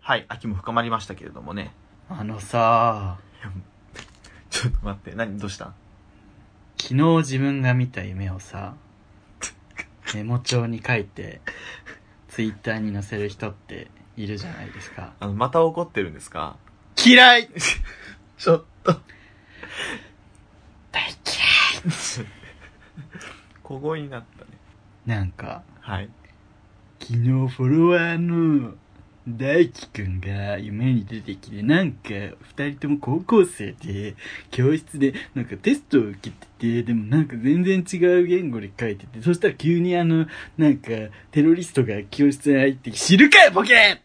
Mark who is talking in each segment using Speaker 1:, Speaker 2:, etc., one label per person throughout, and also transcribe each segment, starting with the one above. Speaker 1: はい、秋も深まりましたけれどもね。
Speaker 2: あのさ、
Speaker 1: ちょっと待って、何、どうした
Speaker 2: 昨日自分が見た夢を さ、メモ帳に書いて、ツイッターに載せる人っているじゃないですか。
Speaker 1: あの、また怒ってるんですか
Speaker 2: 嫌い
Speaker 1: ちょっと。
Speaker 2: 大嫌い
Speaker 1: 小声になったね。
Speaker 2: なんか、
Speaker 1: はい。
Speaker 2: 昨日フォロワーの大輝くんが夢に出てきて、なんか二人とも高校生で、教室でなんかテストを受けてて、でもなんか全然違う言語で書いてて、そしたら急にあの、なんかテロリストが教室に入ってきて、知るかよボケ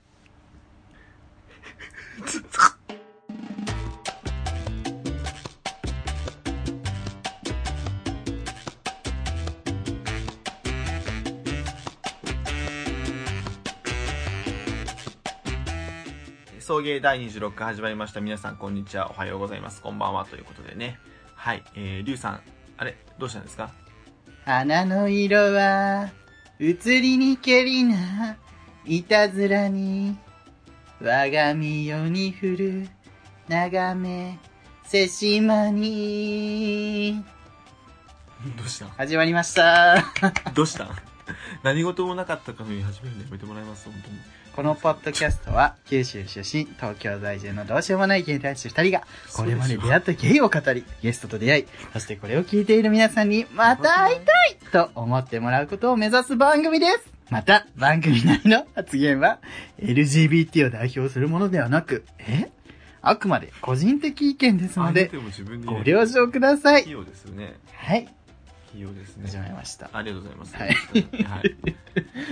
Speaker 1: 送迎第26回始まりました。皆さん、こんにちは。おはようございます。こんばんは。ということでね。はい、えー、りゅうさん、あれ、どうしたんですか
Speaker 2: 花の色は、移りにけりな、いたずらに、我が身よに降る、眺め、せしまに。
Speaker 1: どうした
Speaker 2: 始まりました。
Speaker 1: どうした 何事もなかったかのように始めるのやめてもらいます、本当に。
Speaker 2: このポッドキャストは、九州出身、東京在住のどうしようもない芸大師二人が、これまで出会った芸を語り、ゲストと出会い、そしてこれを聞いている皆さんに、また会いたいと思ってもらうことを目指す番組です。また、番組内の発言は、LGBT を代表するものではなく、えあくまで個人的意見ですの
Speaker 1: あな
Speaker 2: で
Speaker 1: た、も自分で言え
Speaker 2: ご
Speaker 1: る
Speaker 2: 了承くださ
Speaker 1: 器
Speaker 2: い。
Speaker 1: 用ですよね。
Speaker 2: はい、
Speaker 1: 器用ですね。
Speaker 2: 始まりました。
Speaker 1: ありがとうございます。
Speaker 2: はい
Speaker 1: はい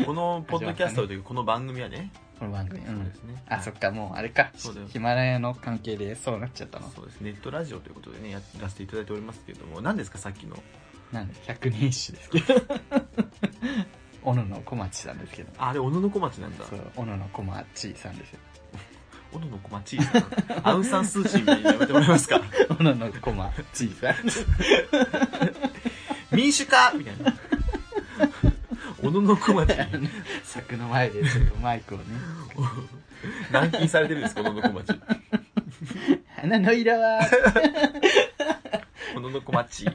Speaker 1: このポッドキャストというかこの番組はね、
Speaker 2: この番組。う
Speaker 1: そうで
Speaker 2: ん。
Speaker 1: すね。
Speaker 2: あ、そっか、もうあれか
Speaker 1: そうだよ。
Speaker 2: ヒマラヤの関係でそうなっちゃったの。
Speaker 1: そうですね。ネットラジオということでね、やらせていただいておりますけれども、何ですか、さっきの。
Speaker 2: なんで百人一首ですか小野の小町さんですけど
Speaker 1: ああれ、小野の小町なんだ
Speaker 2: そ。う小野の小町さ んですよ
Speaker 1: 小野の小町さん。アウンサンスーチーみたいにやめてもらえますか。
Speaker 2: 小野の小町さん
Speaker 1: 民主化みたいな。小野の小町。
Speaker 2: 柵の前でちょっとマイクをね
Speaker 1: 軟禁されてるんです、小野の小町。
Speaker 2: 花の色は
Speaker 1: 小野の小町。
Speaker 2: も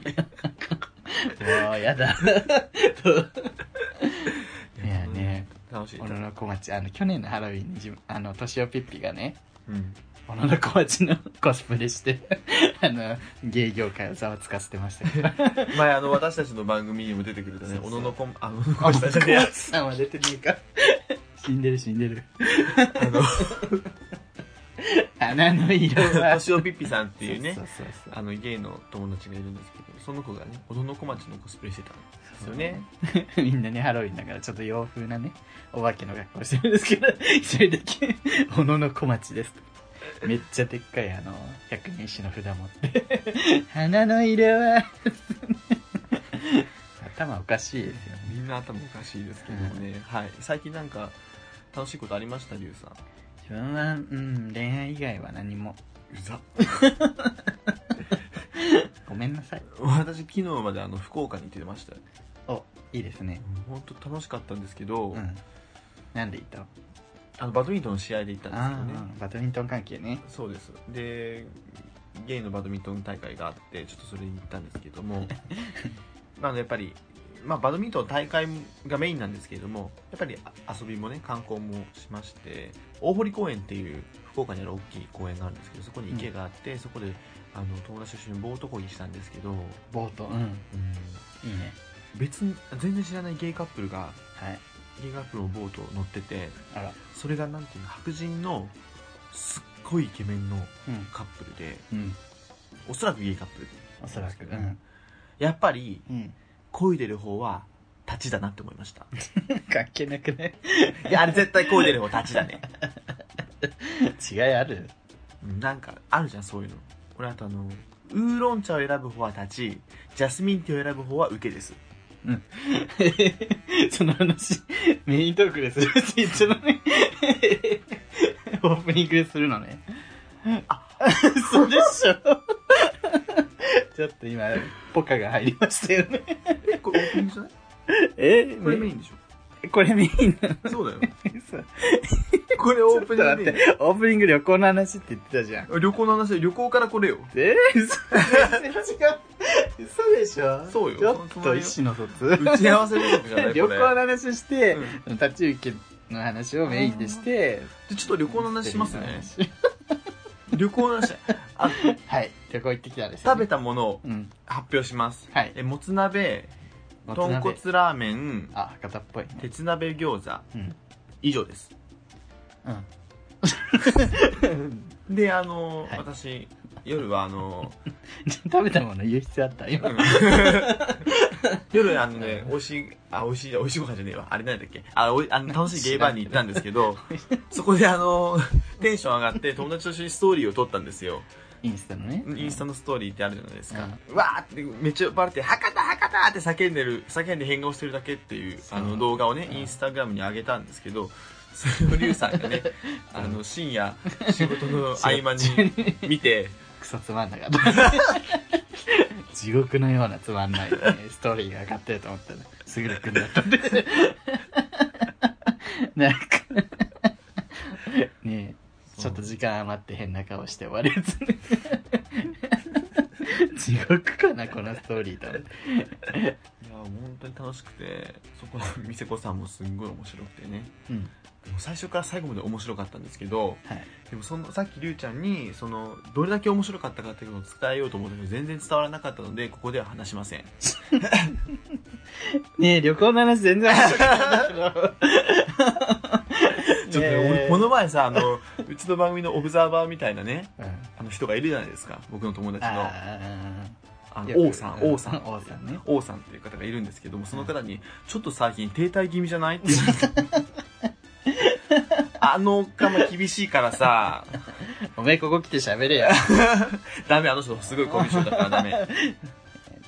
Speaker 2: うやだいやね
Speaker 1: 楽しい
Speaker 2: 小。野の小町あの去年のハロウィンに自分あの年をピッピがね
Speaker 1: うん。
Speaker 2: 小野の小町のコスプレして あの芸業界をざわつかせてましたけど
Speaker 1: 前、あの、私たちの番組にも出てくれたね、
Speaker 2: そう
Speaker 1: 小
Speaker 2: そう
Speaker 1: 野の小、あ、小野の小町さんじゃねえや
Speaker 2: さんは出てねえか 死んでる死んでる
Speaker 1: あ の、
Speaker 2: 花の色は
Speaker 1: 年をピッピさんっていうね
Speaker 2: そう、そうそう
Speaker 1: あの、ゲイの友達がいるんですけど、その子がね、小野の小町のコスプレしてたんですよね。
Speaker 2: みんなね、ハロウィンだからちょっと洋風なね、お化けの格好してるんですけど、一人だけ、 小野の小町です。めっちゃでっかいあの、百人一首の札持って。 花の色は。 頭おかしいですよね。
Speaker 1: みんな頭おかしいですけどもね、はい。最近なんか、楽しいことありました、リュウさん。
Speaker 2: 自分は、うん、恋愛以外は何も。
Speaker 1: うざ。
Speaker 2: ごめんなさい。
Speaker 1: 私、昨日まであの、福岡に行ってました。
Speaker 2: お、いいですね。
Speaker 1: 本当楽しかったんですけど、
Speaker 2: うん。なんで言ったの
Speaker 1: あの、バドミントンの試合で行った
Speaker 2: ああ
Speaker 1: んですよね。
Speaker 2: ー、バドミントン関係ね。
Speaker 1: そうです。で、ゲイのバドミントン大会があって、ちょっとそれに行ったんですけども、まああのやっぱり、まあ、バドミントンの大会がメインなんですけれども、やっぱりあ遊びもね、観光もしまして、大堀公園っていう福岡にある大きい公園があるんですけど、そこに池があって、そこであの友達と一緒にボート漕ぎしたんですけど、
Speaker 2: ボート。うん。いいね。
Speaker 1: 別に、全然知らないゲイカップルが、
Speaker 2: はい。
Speaker 1: ゲイカップルのボートを乗ってて、
Speaker 2: あら。
Speaker 1: それがなんていうの、白人のすっごいイケメンの
Speaker 2: うん。
Speaker 1: カップルで、
Speaker 2: うん。
Speaker 1: おそらくゲイカップル
Speaker 2: おそらく。うん。
Speaker 1: やっぱり
Speaker 2: うん。
Speaker 1: 漕いでる方は立ちだなって思いま した
Speaker 2: 関係なくね。
Speaker 1: いやあれ絶対漕いでる方立ちだね
Speaker 2: 違いある
Speaker 1: うんなんかあるじゃんそういうの俺あとあのウーロン茶を選ぶ方は立ちジャスミンティーを選ぶ方は受けです
Speaker 2: その話、メイントークでするって言っちゃうのね。 オープニングでするのね。あ、 そうでしょ。 ちょっと今、ポカが入りましたよね。
Speaker 1: えこれオープニングじゃない
Speaker 2: え
Speaker 1: これメイ
Speaker 2: イ
Speaker 1: ンでし
Speaker 2: ン。これメインなの
Speaker 1: ょそうだよ
Speaker 2: そう
Speaker 1: これオープニ
Speaker 2: だ
Speaker 1: ン
Speaker 2: っ
Speaker 1: グ
Speaker 2: て
Speaker 1: で。、
Speaker 2: オープニング旅行の話って言ってたじゃん。
Speaker 1: 旅行の話で旅行からこれよ。
Speaker 2: えー、嘘違う。嘘でしょ
Speaker 1: そうよ
Speaker 2: ちょっと意思の疎通。
Speaker 1: 打ち合わせ不足じゃ ない
Speaker 2: 旅
Speaker 1: こ
Speaker 2: 行
Speaker 1: れ。
Speaker 2: の話して、
Speaker 1: うん
Speaker 2: 立ち受けの話をメインでして、
Speaker 1: でちょっと旅行の話しますね。
Speaker 2: ミステリーの
Speaker 1: 旅行の話。あ
Speaker 2: 話 はい、旅行行ってきたんですよ
Speaker 1: 食
Speaker 2: ね、
Speaker 1: べたものを
Speaker 2: うん。
Speaker 1: 発表します。
Speaker 2: はい。
Speaker 1: え、もつ鍋、
Speaker 2: もつ
Speaker 1: 豚
Speaker 2: 鍋
Speaker 1: 骨ラーメン、
Speaker 2: あ、博多っぽいね。
Speaker 1: 鉄鍋餃子、
Speaker 2: うん。
Speaker 1: 以上です。
Speaker 2: うん。
Speaker 1: で、あの、
Speaker 2: はい
Speaker 1: 私、夜はあの、
Speaker 2: 食べたもの言う必要あっ た今。
Speaker 1: うん夜あのね、美味しい、あ、美味しい、美味しいご飯じゃねえわ。あれなんだっけあ、おい あの楽しいゲイバーに行ったんですけど、そこであの、テンション上がって友達と一緒にストーリーを撮ったんですよ。
Speaker 2: インスタのね。
Speaker 1: インスタのストーリーってあるじゃないですか。
Speaker 2: う
Speaker 1: わーってめっちゃバレて、博多博多って叫んでる、叫んで変顔してるだけっていう
Speaker 2: そう
Speaker 1: あの動画をね、
Speaker 2: うん
Speaker 1: インスタグラムに上げたんですけど、それをリュウさん がね、あの、深夜、仕事の合間に見て、
Speaker 2: クソつまんなかった。地獄のようなつまんない、ね、ストーリーが上がってると思ったら、すぐるくんだったんで。なんか、ねえ、ちょっと時間余って変な顔して終わるやつね。地獄かな、このストーリーと思って。
Speaker 1: いや、本当に楽しくて、そこの店子さんもすんごい面白くてね。
Speaker 2: うん。
Speaker 1: もう最初から最後まで面白かったんですけど、
Speaker 2: はい。
Speaker 1: でもそのさっきりゅうちゃんにそのどれだけ面白かったかっていうのを伝えようと思ったけど全然伝わらなかったのでここでは話しません
Speaker 2: ねえ、旅行の話 全然面白くないんだけど。
Speaker 1: ちょっとね、
Speaker 2: ねえ
Speaker 1: 俺この前さあの うちの番組のオブザーバーみたいなね
Speaker 2: うん、
Speaker 1: あの人がいるじゃないですか僕の友達のあ
Speaker 2: あ
Speaker 1: の王さん王さん
Speaker 2: 王さんね。
Speaker 1: 王さんっていう方がいるんですけどもその方に「ちょっと最近停滞気味じゃない?」って言 われてあのおっかま厳しいからさ
Speaker 2: おめえここ来て喋れよ。
Speaker 1: ダメあの人すごいコミュ障だからダメ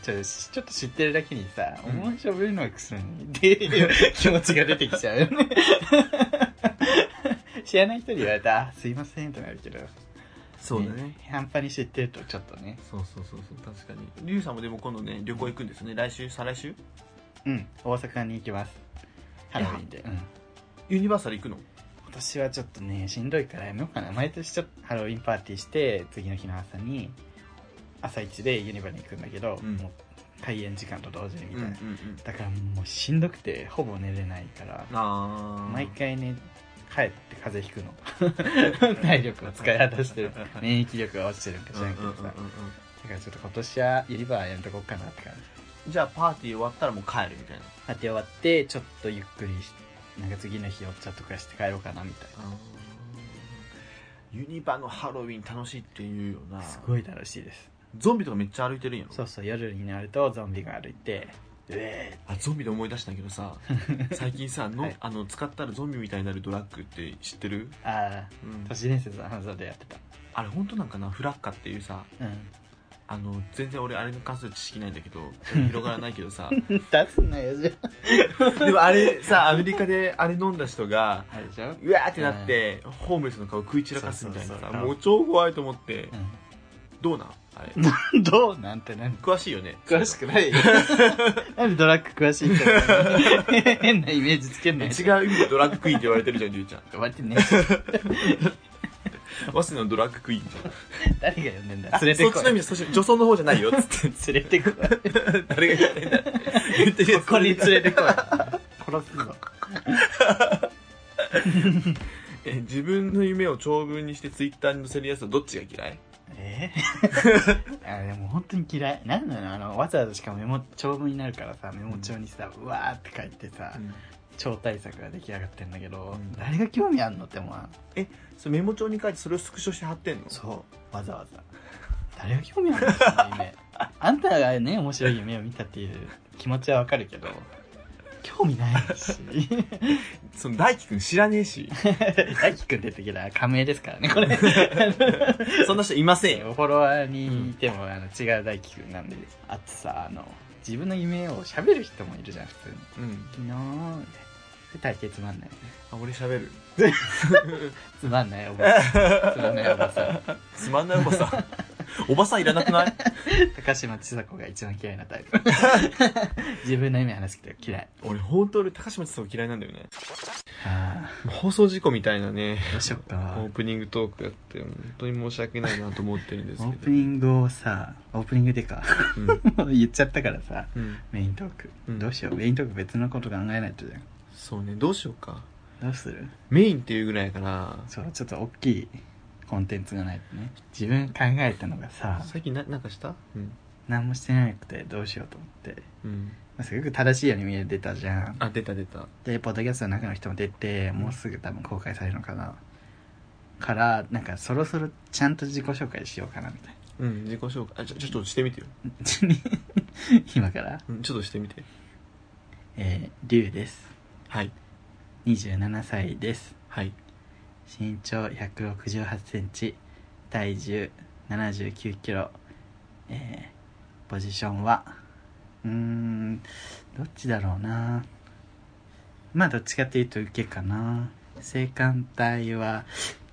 Speaker 2: ちょちょっと知ってるだけにさ、
Speaker 1: う
Speaker 2: お
Speaker 1: ん
Speaker 2: 前しゃべるのはくすんっていう気持ちが出てきちゃうよね。 知らない人に言われたら、あすいませんってなるけど、
Speaker 1: そうだね
Speaker 2: 半端に知ってるとちょっとね、
Speaker 1: そうそうそうそう確かにリュウさんもでも今度ね旅行行くんですよね来週再来週
Speaker 2: うん、大阪に行きます。ハロウィンで。うん
Speaker 1: ユニバーサル行くの
Speaker 2: 今年はちょっとね、しんどいからやめようかな。毎年ちょっとハロウィンパーティーして、次の日の朝に、朝一でユニバに行くんだけど、
Speaker 1: うん
Speaker 2: もう開演時間と同時に
Speaker 1: う
Speaker 2: みたいな。
Speaker 1: ん
Speaker 2: だからもうしんどくて、ほぼ寝れないから。
Speaker 1: あー
Speaker 2: 毎回ね帰って風邪ひくの 体力を使い果たしてる免疫力が落ちてるんか
Speaker 1: う
Speaker 2: 知
Speaker 1: んうん
Speaker 2: ら
Speaker 1: う
Speaker 2: んけ
Speaker 1: んうんう
Speaker 2: ど
Speaker 1: ん
Speaker 2: さだからちょっと今年はユニバーやめとこうかなって感じ
Speaker 1: じゃあパーティー終わったらもう帰るみたいな
Speaker 2: パーティー終わってちょっとゆっくりしなんか次の日お茶とかして帰ろうかなみたい
Speaker 1: ユニバのハロウィン楽しいっていうよな
Speaker 2: なすごい楽しいです
Speaker 1: ゾンビとかめっちゃ歩いてるんやろ
Speaker 2: そうそう夜になるとゾンビが歩いてうえ
Speaker 1: あゾンビで思い出したけど さ最近さの、
Speaker 2: はい
Speaker 1: あの使ったらゾンビみたいになるドラッグって知ってる、
Speaker 2: ーああ
Speaker 1: うん
Speaker 2: 都市伝説の話でやってた
Speaker 1: あれ本当なんかなフラッカっていうさ
Speaker 2: うん
Speaker 1: あの全然俺あれに関する知識ないんだけど広がらないけど さ
Speaker 2: 出すなよじゃ
Speaker 1: でもあれさアメリカであれ飲んだ人が
Speaker 2: ああれでしょ
Speaker 1: うわーってなって、ホームレスの顔食い散らかすみたいな
Speaker 2: そう
Speaker 1: さ
Speaker 2: そうそう
Speaker 1: もう超怖いと思って、どうなんあれ
Speaker 2: うんどうなんてなん
Speaker 1: 詳しいよね
Speaker 2: 詳しくないよ なんでドラッグ詳しいって言ったの変なイメージつけん
Speaker 1: 違
Speaker 2: な
Speaker 1: う
Speaker 2: よ
Speaker 1: 意味でドラッグクイーンって言われてるじゃんりゅう ちゃん
Speaker 2: 終わってね
Speaker 1: 早稲田のドラッグクイーンじ
Speaker 2: 誰が呼んでん
Speaker 1: ゃ
Speaker 2: だ
Speaker 1: ん
Speaker 2: 連れて
Speaker 1: そ
Speaker 2: こ
Speaker 1: っちの意
Speaker 2: い
Speaker 1: 味そっち女装の方じゃないよっつって
Speaker 2: 連れてこい
Speaker 1: 誰が言ってんだって言ってるやつ
Speaker 2: ここに連れてこい殺すぞ
Speaker 1: え自分の夢を長文にしてツイッターに載せるやつはどっちが嫌い
Speaker 2: え あでも本当に嫌いなんなのあのわざわざしかもメモ長文になるからさメモ帳にさ、うわーって書いてさ、超大作が出来上がってんだけど、
Speaker 1: うん
Speaker 2: 誰が興味あんのって思わん
Speaker 1: それメモ帳に書いてそれをスクショして貼ってんの
Speaker 2: そうわざわざ誰が興味あるのそんな 夢あんたがね面白い夢を見たっていう気持ちはわかるけど興味ないし
Speaker 1: その大輝くん知らねえし
Speaker 2: 大輝くん出てきたら仮名ですからねこ れ
Speaker 1: そんな人いませんよ
Speaker 2: フォロワーにいても、あの違う大輝くんなんであとさあの自分の夢を喋る人もいるじゃん普通
Speaker 1: う
Speaker 2: に
Speaker 1: ん
Speaker 2: 昨日みたいなで大抵つまん ないよね
Speaker 1: あ俺喋る
Speaker 2: つまんないおばさんつまんないおばさん
Speaker 1: つまんないおばさん おばさんいらなくない
Speaker 2: 高島ちさ子が一番嫌いなタイプ。 自分の意味話すけど嫌い。
Speaker 1: 俺本当俺高島ちさ子嫌いなんだよね
Speaker 2: あ
Speaker 1: もう放送事故みたいなね
Speaker 2: あ、どうしよっ
Speaker 1: オ
Speaker 2: か。
Speaker 1: ープニングトークやって本当に申し訳ないなと思ってるんです
Speaker 2: オ
Speaker 1: けど
Speaker 2: ー プニングをさ、オープニングでか。
Speaker 1: うん
Speaker 2: もう言っちゃったからさ、
Speaker 1: うん
Speaker 2: メイントーク。
Speaker 1: うん
Speaker 2: どうしよう。メイントーク別のこと考えないとじゃん。
Speaker 1: そうねどうしようか
Speaker 2: どうする
Speaker 1: メインっていうぐらいやから
Speaker 2: そう、ちょっと大きいコンテンツがないとね。自分考えたのがさ、
Speaker 1: 最近ななんかしたうん、
Speaker 2: 何もしてなくてどうしようと思って。
Speaker 1: うん、
Speaker 2: まあすごく正しいように見えてたじゃん。
Speaker 1: あ出た出た
Speaker 2: で、ポッドキャストの中の人も出て、もうすぐ多分公開されるのかな。から、なんかそろそろちゃんと自己紹介しようかなみたい
Speaker 1: うん自己紹介あちょちょっとしてみてよ、
Speaker 2: な。 今から、
Speaker 1: うん、ちょっとしてみて
Speaker 2: えー、リュウです。
Speaker 1: はい
Speaker 2: 27歳です。
Speaker 1: はい
Speaker 2: 身長168センチ、体重79キロ、えー、ポジションは、うーん、どっちだろうな。まあ、どっちかというと受けかな。性感帯は、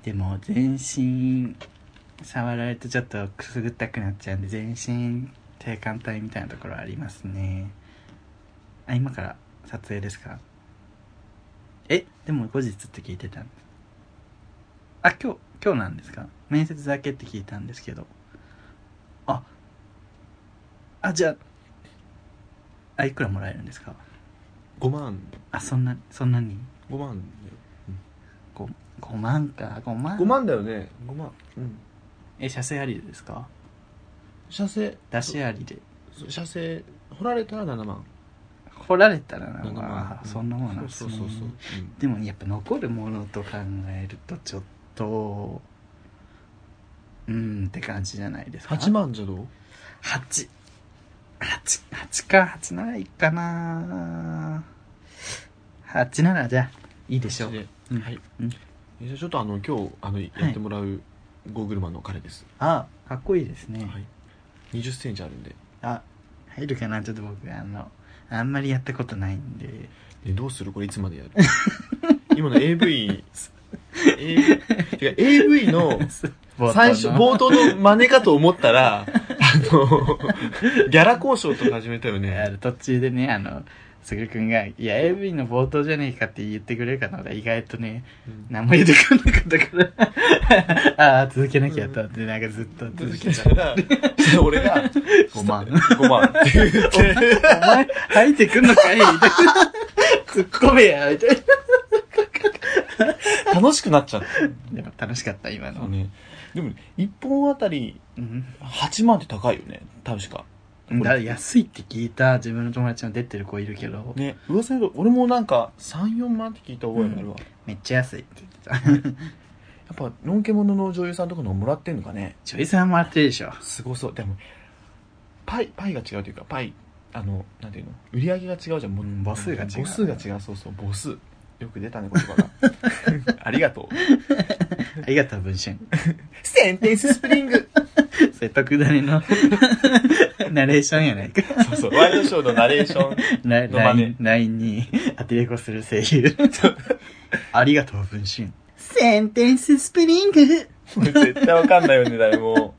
Speaker 2: でも全身、触られるとちょっとくすぐったくなっちゃうんで、全身性感帯みたいなところありますね。あ、今から撮影ですかえ、でも後日って聞いてたんであ、今日、今日なんですか面接だけって聞いたんですけど。あ、あ、じゃあ、あ、いくらもらえるんですか
Speaker 1: 5万
Speaker 2: あ、そんな、そんなに
Speaker 1: 5万
Speaker 2: ?5、5万か、5万。
Speaker 1: 5万だよね5万うん
Speaker 2: え、射精ありですか
Speaker 1: 射精
Speaker 2: 出しありで。
Speaker 1: そう射精掘られたら7万
Speaker 2: 掘られたらな、
Speaker 1: 7
Speaker 2: ま
Speaker 1: 万
Speaker 2: あ、そんなもんなん
Speaker 1: う
Speaker 2: です
Speaker 1: そ
Speaker 2: ね
Speaker 1: うそうそう、
Speaker 2: でもやっぱ残るものと考えるとちょっと、うんって感じじゃないです
Speaker 1: うん、
Speaker 2: か。
Speaker 1: 8万じゃどう
Speaker 2: 八八八か八ならいいかな八ならじゃあいいでしょう
Speaker 1: 八で
Speaker 2: うん
Speaker 1: はい、
Speaker 2: うん
Speaker 1: えじゃあちょっとあの今日あのやってもらうゴーグルマンの彼です、
Speaker 2: あかっこいいですね、
Speaker 1: はい、2 0ンチあるんで
Speaker 2: あ入るかなちょっと僕あのあんまりやったことないんで
Speaker 1: でどうするこれいつまでやる今の AV AV, てか AV の
Speaker 2: 冒頭の
Speaker 1: 最初冒頭の真似かと思ったらあのギャラ交渉とか始めたよ
Speaker 2: あ
Speaker 1: ね
Speaker 2: の途中でねあのすぐるくんが「いや AV の冒頭じゃねえか」って言ってくれるかなと意外とね
Speaker 1: うん
Speaker 2: 何も言ってくれなかったから ああ続けなきゃと思ってなんかずっと
Speaker 1: 続
Speaker 2: 続
Speaker 1: け
Speaker 2: け
Speaker 1: た
Speaker 2: た
Speaker 1: らで俺が
Speaker 2: 5万
Speaker 1: 5万って言って
Speaker 2: お前、入ってくんのかいみたいな。 突っ込めや、みたいな。
Speaker 1: 楽しくなっちゃっ
Speaker 2: でも楽しかった、今
Speaker 1: た
Speaker 2: の。
Speaker 1: ねでも1本あたり
Speaker 2: うん。
Speaker 1: 8万って高いよね確か
Speaker 2: だ安いって聞いた自分の友達も出てる子いるけど、
Speaker 1: ね噂によると俺もなんか34万って聞いた覚えがあるわ、や
Speaker 2: めっちゃ安いって言ってた。
Speaker 1: っぱのんけものの女優さんとかのもらってんのかね
Speaker 2: ちょいさんもらってるでしょ。
Speaker 1: すごそうでもパイパイが違うというかパイあのなんていうの売り上げが違うじゃんも
Speaker 2: うん母数が違う
Speaker 1: 母数が違うそうそう母数よく出たね言葉 がありがとう
Speaker 2: ありがとう、文春。
Speaker 1: センテンススプリング
Speaker 2: それ特ダネの ナレーションやないか。
Speaker 1: そうそうワイドショーのナレーション
Speaker 2: ラ
Speaker 1: の真似
Speaker 2: LINE LINE にアテレコする声 優。ありがとう、文春。センテンススプリング
Speaker 1: 絶対わかんないよね誰も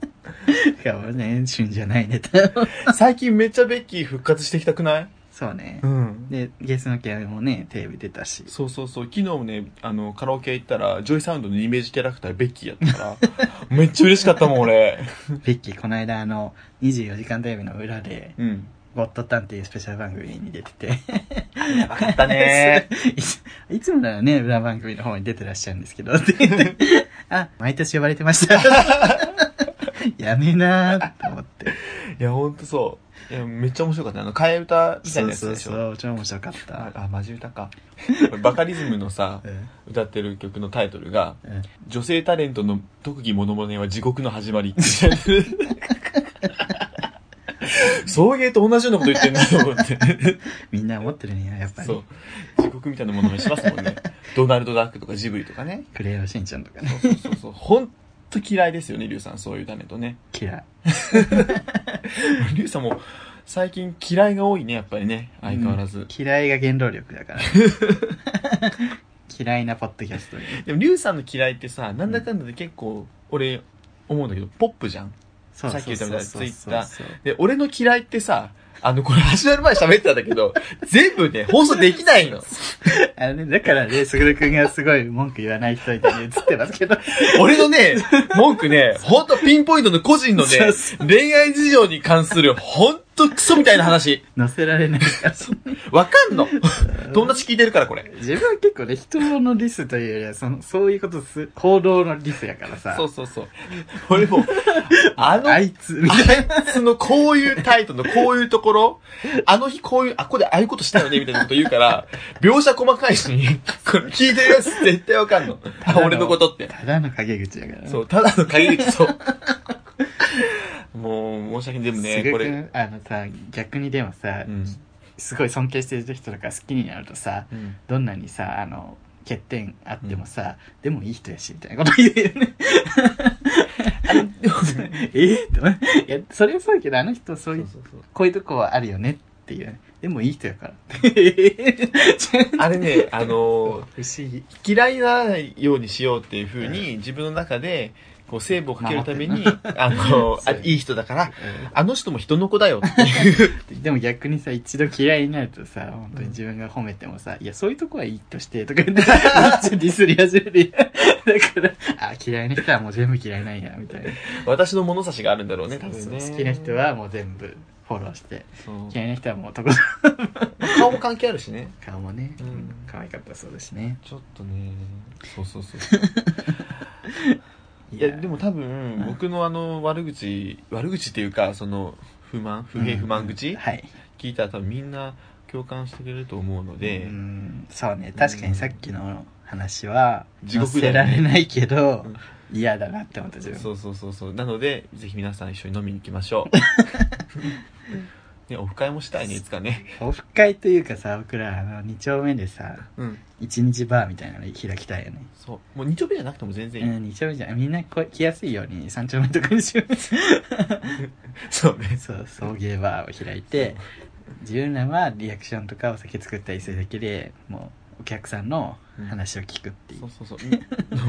Speaker 2: かもね、旬じゃないネタ。
Speaker 1: 最近めっちゃベッキー復活してきたくない
Speaker 2: そうね。
Speaker 1: ん
Speaker 2: で、ゲスのキャラもね、テレビ出たし。
Speaker 1: そうそうそう昨日もねあのカラオケ行ったらジョイサウンドのイメージキャラクターベッキーやったからめっちゃ嬉しかったもん俺
Speaker 2: ベッキー、この間あの、24時間テレビの裏で、
Speaker 1: うん
Speaker 2: ゴッドタンっていうスペシャル番組に出てて。
Speaker 1: やばかった
Speaker 2: ねいつ いつもならね、裏番組の方に出てらっしゃるんですけど、って 言ってあ、毎年呼ばれてました。やめなーと思って。
Speaker 1: いや、ほんとそう。いや、めっちゃ面白かったね。あの、替え歌みたい
Speaker 2: そ
Speaker 1: な
Speaker 2: う
Speaker 1: やつ
Speaker 2: そう
Speaker 1: でしょ。
Speaker 2: そう、超面白かった。
Speaker 1: あ、あマジ歌 か。俺バカリズムのさ
Speaker 2: う、ん
Speaker 1: 歌ってる曲のタイトルが、
Speaker 2: うん
Speaker 1: 女性タレントの特技モノマネは地獄の始ま りって言ってる。送迎と同じようなこと言ってんなと思って。
Speaker 2: みんな思ってるね、やっぱ
Speaker 1: そう
Speaker 2: り。。
Speaker 1: 地獄みたいなものにしますもんね。ドナルド・ダックとかジブリとかね。
Speaker 2: クレヨンしんちゃんとかね、
Speaker 1: そうそうそう。ほんと嫌いですよね、リュウさん。そういうタレントね。
Speaker 2: 嫌い。
Speaker 1: リュウさんも最近嫌いが多いね、やっぱりね。相変わらず。
Speaker 2: うん嫌いが原動力 だから。嫌いなポッドキャストに。
Speaker 1: でも、リュウさんの嫌いってさ、なんだかんだで結構、俺、思うんだけど、ポップじゃん。
Speaker 2: そう
Speaker 1: さっき言ったみたいな
Speaker 2: そうそうそう
Speaker 1: Twitter
Speaker 2: そう
Speaker 1: で、俺の嫌いってさ、あの、これ始まる前に喋ってたんだけ ど、全部ね、放送できないの。
Speaker 2: あのね、だからね、すぐるくんがすごい文句言わない人みたいに映ってますけど、
Speaker 1: 俺のね、文句ね、ほんとピンポイントの個人のね
Speaker 2: そうそ、
Speaker 1: 恋愛事情に関するほんとクソみたいな話。
Speaker 2: 載せられないから。
Speaker 1: わかんの友達聞いてるから、これ。
Speaker 2: 自分は結構ね、人のリスというよりは、その、そういうことす、行動のリスやからさ。
Speaker 1: そうそうそう。俺も、あの、
Speaker 2: あ
Speaker 1: あい
Speaker 2: いつ、みたいな。
Speaker 1: つのこういうタイトルのこういうところ、あの日こういう、あ、ここでああいうことしたよね、みたいなこと言うから、描写細かいし、これ聞いてるやつ絶対わかんの。
Speaker 2: ただ
Speaker 1: あ、
Speaker 2: の
Speaker 1: 俺のことって。
Speaker 2: ただの陰口やからね。
Speaker 1: そう、ただの陰口、そう。もう、申し訳ない。でもね、
Speaker 2: す
Speaker 1: こ
Speaker 2: ごく
Speaker 1: れ。
Speaker 2: あのさ、逆にでもさ、
Speaker 1: うん。
Speaker 2: すごい尊敬してる人とか好きになるとさ、どんなにさ、あの、欠点あってもさ、でもいい人やし、みたいなこと言うよね。 えっと思って、いや、それはそうやけど、あの人そ
Speaker 1: そ
Speaker 2: ういうう、
Speaker 1: そうそう
Speaker 2: こういうとこはあるよねっていうね。でもいい人や から。不
Speaker 1: あれね、あの
Speaker 2: 思議。
Speaker 1: ー嫌いにならないようにしようっていうふうに、自分の中で、こう、セーブをかけるために、あのーあ
Speaker 2: そう
Speaker 1: いい人だから、あの人も人の子だよっていう。
Speaker 2: でも逆にさ、一度嫌いになるとさ、本当に自分が褒めてもさ、いや、そういうとこはいいとして、とか言って、めっちゃディスり始める。だから、あ、嫌いな人はもう全部嫌いなんや、みたいな。
Speaker 1: 私の物差しがあるんだろうね、多
Speaker 2: そう
Speaker 1: 分
Speaker 2: そう
Speaker 1: ね。
Speaker 2: 好きな人、はもう全部フォローして、
Speaker 1: そう
Speaker 2: 嫌いな人はもうとことん
Speaker 1: 顔も関係あるしね。
Speaker 2: 顔もね、
Speaker 1: うん
Speaker 2: 可愛かったそうですね。
Speaker 1: ちょっとね、そうそうそう。いや、でも多分、僕のあの、悪口、悪口っていうか、その、不満、不平不満
Speaker 2: うん
Speaker 1: 口
Speaker 2: はい。
Speaker 1: 聞いたら多分みんな共感してくれると思うの
Speaker 2: う
Speaker 1: で、
Speaker 2: んそうね、確かにさっきの話は、
Speaker 1: 地
Speaker 2: 載
Speaker 1: 獄だ
Speaker 2: せ
Speaker 1: よね
Speaker 2: られないけど、嫌だなって思った自分。
Speaker 1: そうそうそうそう。なので、ぜひ皆さん一緒に飲みに行きましょ う。ね、オフ会もしたいね、いつかね。
Speaker 2: オフ会というかさ、僕ら、あの、二丁目でさ、
Speaker 1: うん。
Speaker 2: 一日バーみたいなの開きたいよね。
Speaker 1: そう。もう2丁目じゃなくても全然いい。
Speaker 2: うん、二丁目じゃん。みんなこ来やすいように三丁目とかにしよう。
Speaker 1: そうね。
Speaker 2: そう、送迎バーを開いて、自分らはリアクションとかお酒作ったりするだけで、もう、お客さんの話を聞くっていう。
Speaker 1: そうそうそう。 うん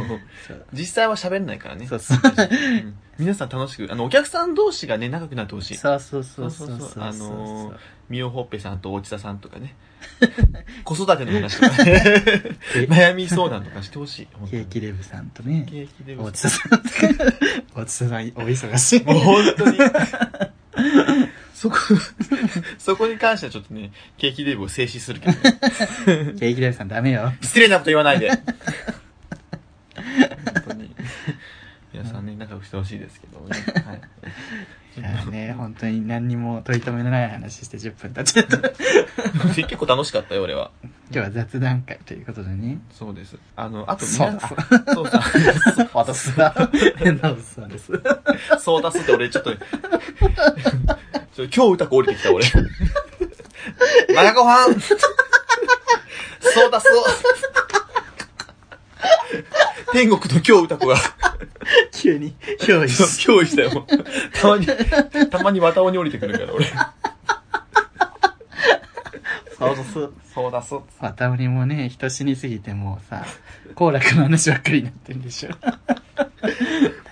Speaker 2: そう。
Speaker 1: 実際は喋れないからね。
Speaker 2: そう そう。
Speaker 1: うん皆さん楽しく、あの、お客さん同士がね、仲良くなってほしい。
Speaker 2: そうそうそうそうそう
Speaker 1: そうそうそうあのー
Speaker 2: そう
Speaker 1: みおほっぺさんと落田さんとかね。 子育ての話とかね。
Speaker 2: ケ
Speaker 1: 悩み相談とかしてほしい。本当
Speaker 2: ケー
Speaker 1: に
Speaker 2: キレブさんとね
Speaker 1: ケーキでも
Speaker 2: 大津さんとか 大津さんお忙しい
Speaker 1: もう本当に。そこ、 そこに関してはちょっとね、ケーキデブを静止するけど、ね、
Speaker 2: ケーキレブさんダメ よ
Speaker 1: 失礼なこと言わないで。本当に。皆さんね、仲良くしてほしいですけどね。はい。
Speaker 2: いやね本当に何にも取り留めのない話して10分経っちゃ った今
Speaker 1: 結構楽しかったよ、俺は。
Speaker 2: 日は雑談会ということでね
Speaker 1: そうです。あの、あと、
Speaker 2: そう
Speaker 1: 皆
Speaker 2: だ
Speaker 1: さんあそうだ。
Speaker 2: 私は 変なおっさんです
Speaker 1: そうだすって俺ちょっと、ちょ今日歌子降りてきた俺。マナコファンそうだす天国と今日歌子が
Speaker 2: 急 に憑依し
Speaker 1: 憑依したよ。たまに、たまに綿尾に降りてくるから俺。
Speaker 2: そうそう
Speaker 1: そうだす
Speaker 2: 渡りもね人死にすぎてもうさ好楽の話ばっかりになってるで しょ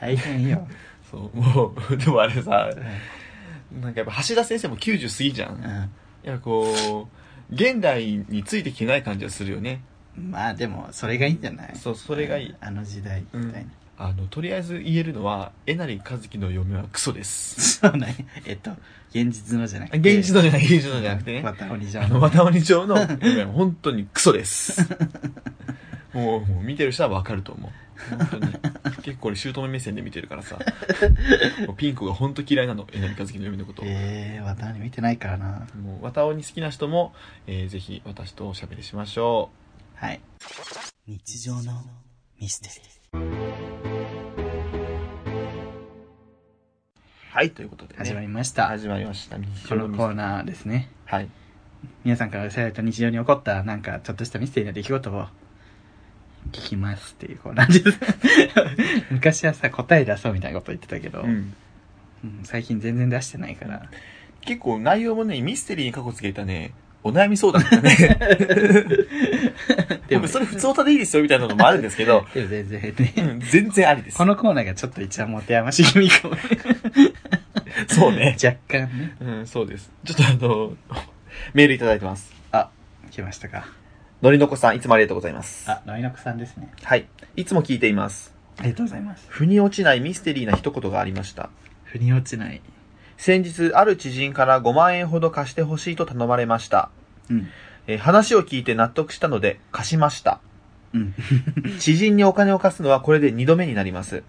Speaker 2: 大変よ
Speaker 1: そう、もう、でもあれさ
Speaker 2: う、ん
Speaker 1: なんかやっぱ橋田先生も90過ぎじゃん。
Speaker 2: うん
Speaker 1: いや、こう、現代についてきてない感じはするよね。
Speaker 2: まあでもそれがいいんじゃない
Speaker 1: そうそれがいい
Speaker 2: あの時代みたいな、
Speaker 1: あの、とりあえず言えるのは、えなりかずきの嫁はクソです。
Speaker 2: そうなんやえっと現実のじゃなくて
Speaker 1: 現実の
Speaker 2: の
Speaker 1: じゃない、現実のじゃなくてね
Speaker 2: ま。たお兄ちゃ
Speaker 1: あ
Speaker 2: ん
Speaker 1: の、
Speaker 2: の
Speaker 1: 渡鬼町の、本当にクソです。もう、もう見てる人はわかると思う。本当に。結構俺、姑目線で見てるからさ。もうピンクが本当嫌いなの、えなりかずきの嫁のこと。
Speaker 2: ええー、渡り見てないからな
Speaker 1: もう、渡鬼好きな人も、えーぜひ私とおしゃべりしましょう。
Speaker 2: はい日常のミステリ
Speaker 1: はい、ということで、ね。
Speaker 2: ー始まりました
Speaker 1: 始まりました。
Speaker 2: このコーナーですね
Speaker 1: はい。
Speaker 2: 皆さんから寄せられた日常に起こったなんかちょっとしたミステリーな出来事を聞きますっていうコーナーです 昔はさ答え出そうみたいなこと言ってたけど、
Speaker 1: うん
Speaker 2: うん最近全然出してないから
Speaker 1: 結構内容もね、ミステリーに過去つけたね、お悩み相談とかね。
Speaker 2: で
Speaker 1: で
Speaker 2: も
Speaker 1: も、それ普通歌でいいですよみたいなのもあるんですけど、
Speaker 2: でも全然ね、
Speaker 1: うん全然ありです
Speaker 2: こ。のコーナーがちょっと一番持て余し気味かもね。
Speaker 1: そうね。
Speaker 2: 若干ね。
Speaker 1: うん、そうです。ちょっとあの、メールいただいてます。
Speaker 2: 来ましたか。
Speaker 1: のりのこさん、いつもありがとうございます。
Speaker 2: あ、ノイノクさんですね。
Speaker 1: はい。いつも聞いています。
Speaker 2: ありがとうございます。
Speaker 1: 腑に落ちないミステリーな一言がありました。
Speaker 2: 腑に落ちない。
Speaker 1: 先日、ある知人から5万円ほど貸してほしいと頼まれました。
Speaker 2: うん。
Speaker 1: えー話を聞いて納得したので、貸しました。
Speaker 2: うん。
Speaker 1: 知人にお金を貸すのはこれで2度目になります。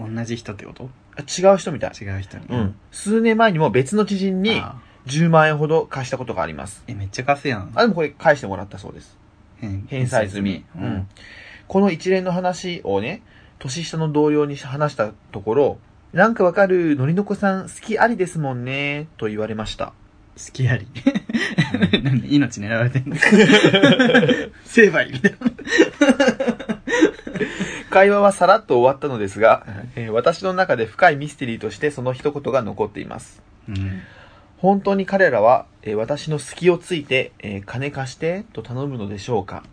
Speaker 2: 同じ人ってこと
Speaker 1: あ違う人みたい。
Speaker 2: 違う人に。
Speaker 1: うん。数年前にも別の知人に
Speaker 2: あ
Speaker 1: 10万円ほど貸したことがあります。
Speaker 2: え、めっちゃ貸すやん。
Speaker 1: あ、でもこれ返してもらったそうです。
Speaker 2: 返
Speaker 1: 返済済み。
Speaker 2: う
Speaker 1: うんん。。この一連の話をね、年下の同僚に話したところ、なんかわかる、のりのこさん好きありですもんね、と言われました。
Speaker 2: 好きあり。 なんで命狙われて んの成敗みたいな。
Speaker 1: 会話はさらっと終わったのですが、えー私の中で深いミステリーとしてその一言が残っています。
Speaker 2: うん。
Speaker 1: 本当に彼らは、えー私の隙をついて、えー金貸してと頼むのでしょうか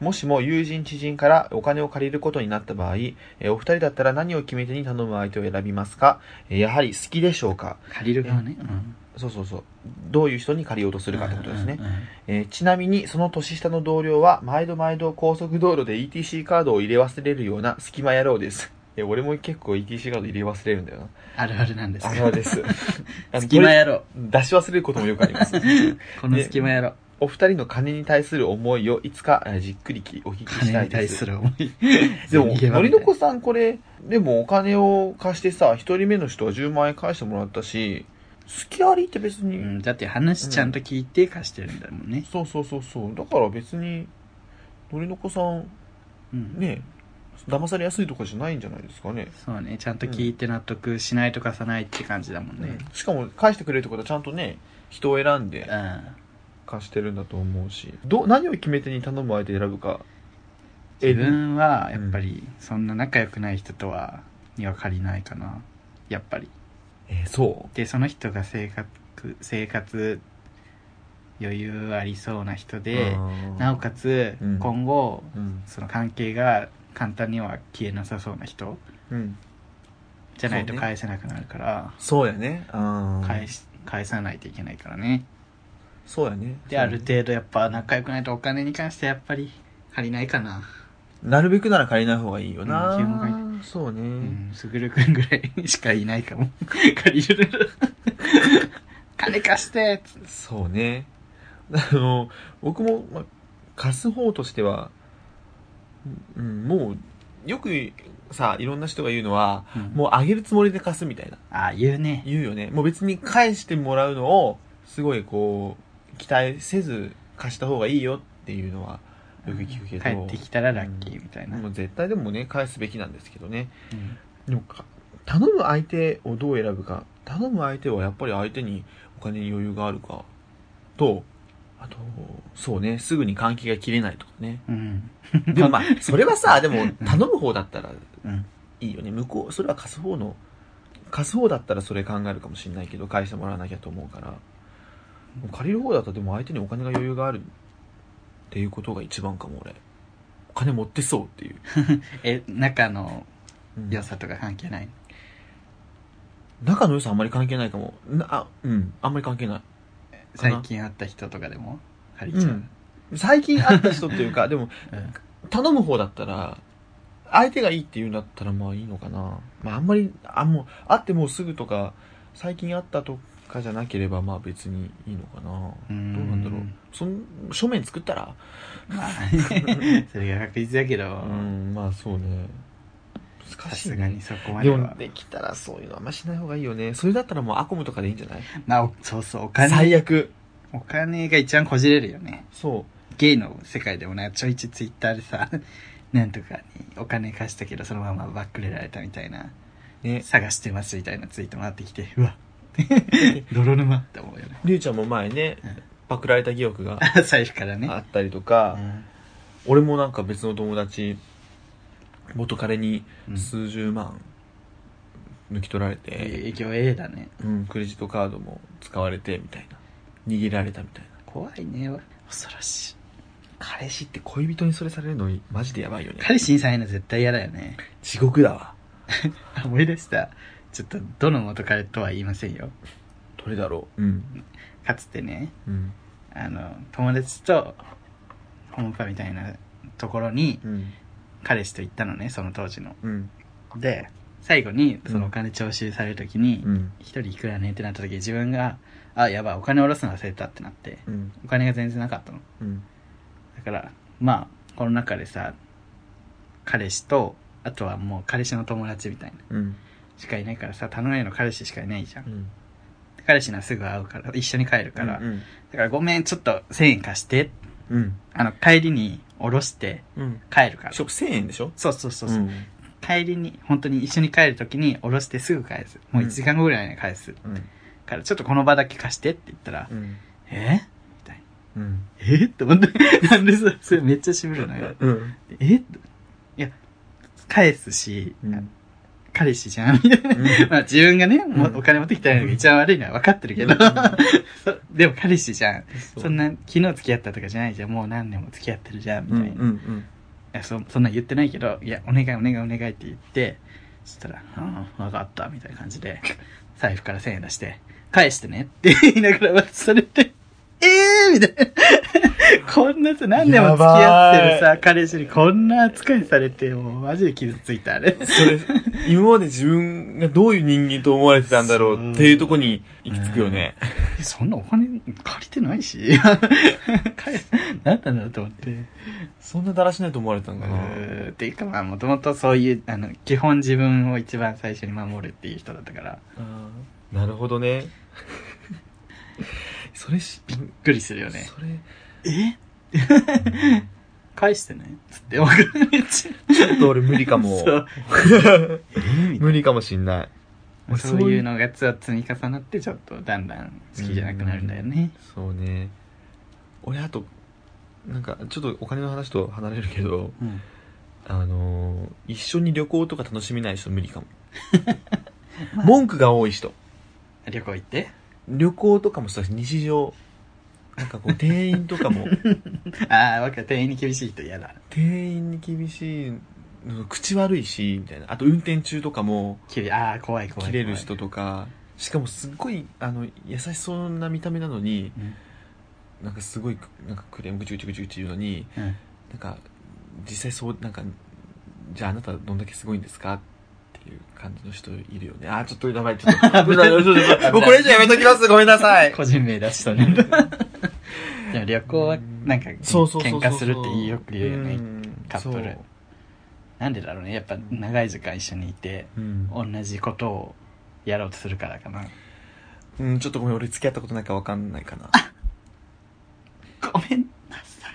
Speaker 1: もしも友人知人からお金を借りることになった場合、えーお二人だったら何を決め手に頼む相手を選びますかえーやはり好きでしょうか
Speaker 2: 借りる側ね。うん。
Speaker 1: そうそうそう。どういう人に借りようとするかってことですね
Speaker 2: うん。うんうん。
Speaker 1: えーちなみに、その年下の同僚は、毎度毎度高速道路で ETC カードを入れ忘れるような隙間野郎です。いや、俺も結構 ETC カード入れ忘れるんだよな。
Speaker 2: あるあるなんです
Speaker 1: あ
Speaker 2: か
Speaker 1: れはです。あの
Speaker 2: 隙間やろう。
Speaker 1: これ出し忘れることもよくあります。
Speaker 2: この隙間やろう。
Speaker 1: お二人の金に対する思いをいつかえーじっくりきお聞きした
Speaker 2: 金
Speaker 1: い
Speaker 2: に対
Speaker 1: です。
Speaker 2: する思い。
Speaker 1: でも、
Speaker 2: 逃げ場
Speaker 1: の
Speaker 2: み
Speaker 1: り
Speaker 2: たい
Speaker 1: のこさんこれ、でもお金を貸してさ、一人目の人は10万円返してもらったし、好きありって別に、
Speaker 2: うん、だって話ちゃんと聞いて貸してるんだもんね。
Speaker 1: そうそうそうそう。だから別に、のりのこさん、
Speaker 2: うん。
Speaker 1: ね騙されやすいとかじゃないんじゃないですかね、
Speaker 2: そうね、ちゃんと聞いて納得しないと貸さないって感じだもんね。
Speaker 1: しかも返してくれるってことはちゃんとね人を選んで
Speaker 2: うん。
Speaker 1: 貸してるんだと思うしど何を決め手に頼む相手選ぶかえ
Speaker 2: 自分は、やっぱり、そんな仲良くない人とは、には借りないかな。やっぱり。
Speaker 1: えそ
Speaker 2: でその人が生活生活余裕ありそうな人
Speaker 1: う
Speaker 2: でなおかつ
Speaker 1: うん
Speaker 2: 今後、
Speaker 1: うん
Speaker 2: その関係が簡単には消えなさそうな人
Speaker 1: うん
Speaker 2: じゃないと
Speaker 1: そうね
Speaker 2: 返せなくなるから、
Speaker 1: そうやねあー
Speaker 2: 返し返さないといけないからね
Speaker 1: そうやねそ
Speaker 2: で
Speaker 1: う
Speaker 2: あ
Speaker 1: やね
Speaker 2: る程度やっぱ仲良くないとお金に関してはやっぱり借りないかな、
Speaker 1: なるべくなら借りない方がいいよな、
Speaker 2: うん基本がいい
Speaker 1: そうね、
Speaker 2: うんすぐるくんぐらいしかいないかも 借りる金貸して
Speaker 1: そうね あの僕も、ま、貸す方としては、うん、もうよくさいろんな人が言うのはもうあげるつもりで貸すみたいな。
Speaker 2: ああ言うね
Speaker 1: 言うよね。もう別に返してもらうのを、すごいこう、期待せず貸した方がいいよっていうのは、よく聞くけど。
Speaker 2: 帰ってきたらラッキーみたいな、
Speaker 1: もう絶対でもね、返すべきなんですけどね。
Speaker 2: うん
Speaker 1: でもか、頼む相手をどう選ぶか。頼む相手はやっぱり相手にお金に余裕があるか。と、あと、そうね、すぐに換気が切れないとか ね。
Speaker 2: うん。
Speaker 1: でもまあ、それはさ、でも頼む方だったら
Speaker 2: うん。
Speaker 1: いいよね向こうそれは貸す方の貸す方だったらそれ考えるかもしれないけど返してもらわなきゃと思うからもう借りる方だったらでも相手にお金が余裕があるっていうことが一番かも俺お金持ってそうっていう、
Speaker 2: え、仲の
Speaker 1: うん
Speaker 2: 良さとか関係ない
Speaker 1: 仲の良さあんまり関係ないかもなあうんあんまり関係ないかな
Speaker 2: 最近会った人とかでも借り
Speaker 1: う
Speaker 2: ちゃう。
Speaker 1: ん最近会った人っていう かでも
Speaker 2: うん
Speaker 1: 頼む方だったら相手がいいって言うんだったらまあいいのかな、まあ、あんまりあもう会ってもうすぐとか最近会ったとかじゃなければまあ別にいいのかな
Speaker 2: う
Speaker 1: ど
Speaker 2: ん
Speaker 1: うなんだろうそん書面作ったら
Speaker 2: まあ、 それが確実だけ
Speaker 1: う
Speaker 2: ど、
Speaker 1: んまあそうね
Speaker 2: さ
Speaker 1: 難しい
Speaker 2: すがに
Speaker 1: ね
Speaker 2: そこまで
Speaker 1: でも
Speaker 2: は。
Speaker 1: できたらそういうのはあんましない方がいいよねそれだったらもうアコムとかでいいんじゃない
Speaker 2: まあ、おそうそう、お金、
Speaker 1: 最悪
Speaker 2: お金が一番こじれるよね。
Speaker 1: そ
Speaker 2: ゲイの世界でもね、ちょいちツイッターでさ、 なんとかにお金貸したけど、そのままバックレられたみたいな、
Speaker 1: うね
Speaker 2: 探してますみたいなツイートもあってきて、うわ、 泥沼って思うよね。
Speaker 1: りゅうちゃんも前ね
Speaker 2: うん
Speaker 1: パクられた疑惑が
Speaker 2: 財布からね。
Speaker 1: あったりとか、
Speaker 2: うん
Speaker 1: 俺もなんか別の友達元彼に
Speaker 2: うん
Speaker 1: 数十万抜き取られて、
Speaker 2: 影響 A だね
Speaker 1: うんクレジットカードも使われてみたいな握られたみたいな
Speaker 2: 怖いね恐ろしい
Speaker 1: 彼氏って恋人にそれされるのマジでやばいよね
Speaker 2: 彼氏にされるの絶対嫌だよね
Speaker 1: 地獄だわ
Speaker 2: あ思い出したちょっとどの元彼とは言いませんよ
Speaker 1: どれだろううん
Speaker 2: かつてね
Speaker 1: うん
Speaker 2: あの友達とホームパみたいなところに
Speaker 1: うん
Speaker 2: 彼氏と行ったのねその当時の
Speaker 1: うん
Speaker 2: で最後にそのお金徴収される時に
Speaker 1: うん
Speaker 2: 一人いくらねってなった時自分があやばいお金下ろすの忘れたってなって
Speaker 1: うん
Speaker 2: お金が全然なかったの
Speaker 1: うん
Speaker 2: だからまあこの中でさ彼氏とあとはもう彼氏の友達みたいな
Speaker 1: うん
Speaker 2: しかいないからさ頼めるの彼氏しかいないじゃん
Speaker 1: うん
Speaker 2: 彼氏ならすぐ会うから一緒に帰るから、
Speaker 1: うん
Speaker 2: だからごめんちょっと1000円貸して
Speaker 1: うん
Speaker 2: あの帰りに下ろして
Speaker 1: うん
Speaker 2: 帰るから
Speaker 1: 食1000円でしょ
Speaker 2: そうそうそうそう、
Speaker 1: ん
Speaker 2: 帰りに本当に一緒に帰る時に下ろしてすぐ返すもう1時間後ぐらいに返す、
Speaker 1: うん
Speaker 2: からちょっとこの場だけ貸してって言ったら、
Speaker 1: うん
Speaker 2: え
Speaker 1: うん
Speaker 2: えって思って、なんでさ、それめっちゃ渋るのよ。
Speaker 1: うん
Speaker 2: えっていや、返すし、
Speaker 1: うん
Speaker 2: 彼氏じゃんみたいな。まあ自分がね、も
Speaker 1: うん
Speaker 2: お金持ってきたのが一番悪いのは分かってるけど、 そうでも彼氏じゃん。そん
Speaker 1: な
Speaker 2: な、昨日付き合ったとかじゃないじゃん。もう何年も付き合ってるじゃん、み
Speaker 1: うん
Speaker 2: た
Speaker 1: う
Speaker 2: い
Speaker 1: ん
Speaker 2: な。
Speaker 1: う
Speaker 2: い
Speaker 1: ん
Speaker 2: やそそんなん言ってないけど、いや、お願いお願いお願いって言って、そしたら、ああ、分かった、みたいな感じで、財布から1000円出して、返してねって言いながら渡されて、ええー、みたいな。 こんなさ、何年も付き合ってるさ、彼氏にこんな扱いされて、もうマジで傷ついた、あれ。
Speaker 1: それ、今まで自分がどういう人間と思われてたんだろうっていうとこに行き着くよね。
Speaker 2: えそんなお金借りてないし。 返す何なんだろうと思って。
Speaker 1: そんなだらしないと思われてたんかな。
Speaker 2: うーっていうかまあもともとそういうあの基本自分を一番最初に守るっていう人だったから
Speaker 1: あーなるほどね。 それし、びっく
Speaker 2: びっくりするよね
Speaker 1: それ、
Speaker 2: え 返してねつって僕めっちゃ
Speaker 1: ちょっと俺無理か も
Speaker 2: そ。う
Speaker 1: 無理かもしんない。俺
Speaker 2: そういう。のがつ積み重なってちょっとだんだん好きじゃなくなるんだよね
Speaker 1: そうね。俺あと、なんか、ちょっとお金の話と離れるけど、
Speaker 2: うん
Speaker 1: あのー一緒に旅行とか楽しめない人無理か も。文句が多い人。
Speaker 2: 旅行行って
Speaker 1: 旅行とかもそうだし日常なんかこう店員とか も
Speaker 2: ああ僕は店員に厳しい人嫌だ
Speaker 1: 店員に厳しいの口悪いしみたいなあと運転中とかも
Speaker 2: きああ怖い怖い怖い
Speaker 1: 切れる人とかしかもすっごいあの優しそうな見た目なのに
Speaker 2: うん
Speaker 1: なんかすごいなんかクレームぐちぐちぐちぐち言うのに
Speaker 2: うん
Speaker 1: なんか実際そうなんかじゃああなたどんだけすごいんですかっていう感じの人いるよねあーちょっとやばいちょっと 危ない危ない危ないもう これ以上やめときますごめんなさい
Speaker 2: 個人名出したね でも旅行はなんか
Speaker 1: そうそうそうそ
Speaker 2: 喧
Speaker 1: う
Speaker 2: 嘩するってよく言うよね
Speaker 1: ん
Speaker 2: カップル
Speaker 1: そう
Speaker 2: なんでだろうねやっぱ長い時間一緒にいて
Speaker 1: うん
Speaker 2: 同じことをやろうとするからかな
Speaker 1: うん、ちょっとごめん、俺付き合ったことないから分かんないかな。
Speaker 2: ごめんなさい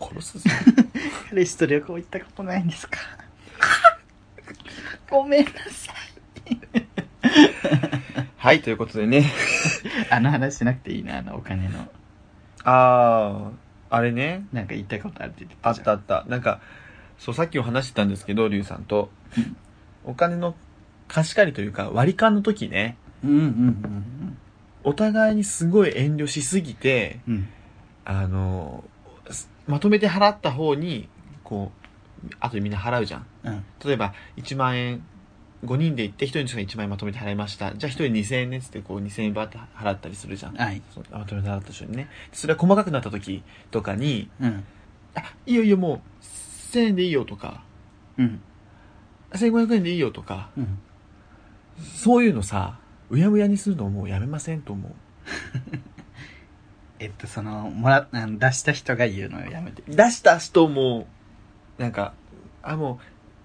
Speaker 1: 殺すぞ。
Speaker 2: 彼氏と旅行行ったことないんですか ごめんなさ
Speaker 1: はい、ということでね。
Speaker 2: いあの話しなくていいなあのお金の
Speaker 1: あー、あれね。
Speaker 2: なんか言いたいことあるって言って
Speaker 1: あ
Speaker 2: た
Speaker 1: っ
Speaker 2: じゃん
Speaker 1: たあった。なんか、そう、さっきも話してたんですけど、リュウさんと。お金の貸し借りというか、割り勘の時ね、
Speaker 2: うんうんうん
Speaker 1: お互いにすごい遠慮しすぎて、
Speaker 2: うんうん
Speaker 1: あの、すまとめて払った方に、こう、あとみんな払うじゃん。
Speaker 2: うん
Speaker 1: 例えば1万円5人で行って1人の人が1万円まとめて払いましたじゃあ1人2000円ねっつってこう2000円バーって払ったりするじゃん
Speaker 2: はい
Speaker 1: そうまとめて払った人にねそれは細かくなった時とかに
Speaker 2: うん
Speaker 1: 「あいいよいいよもう1000円でいいよ」とか
Speaker 2: うん
Speaker 1: 「1500円でいいよ」とか
Speaker 2: うん
Speaker 1: そういうのさうやむやにするのもうやめませんと思う
Speaker 2: えっとそのもらあの出した人が言うのをやめて
Speaker 1: 出した人もなんかあも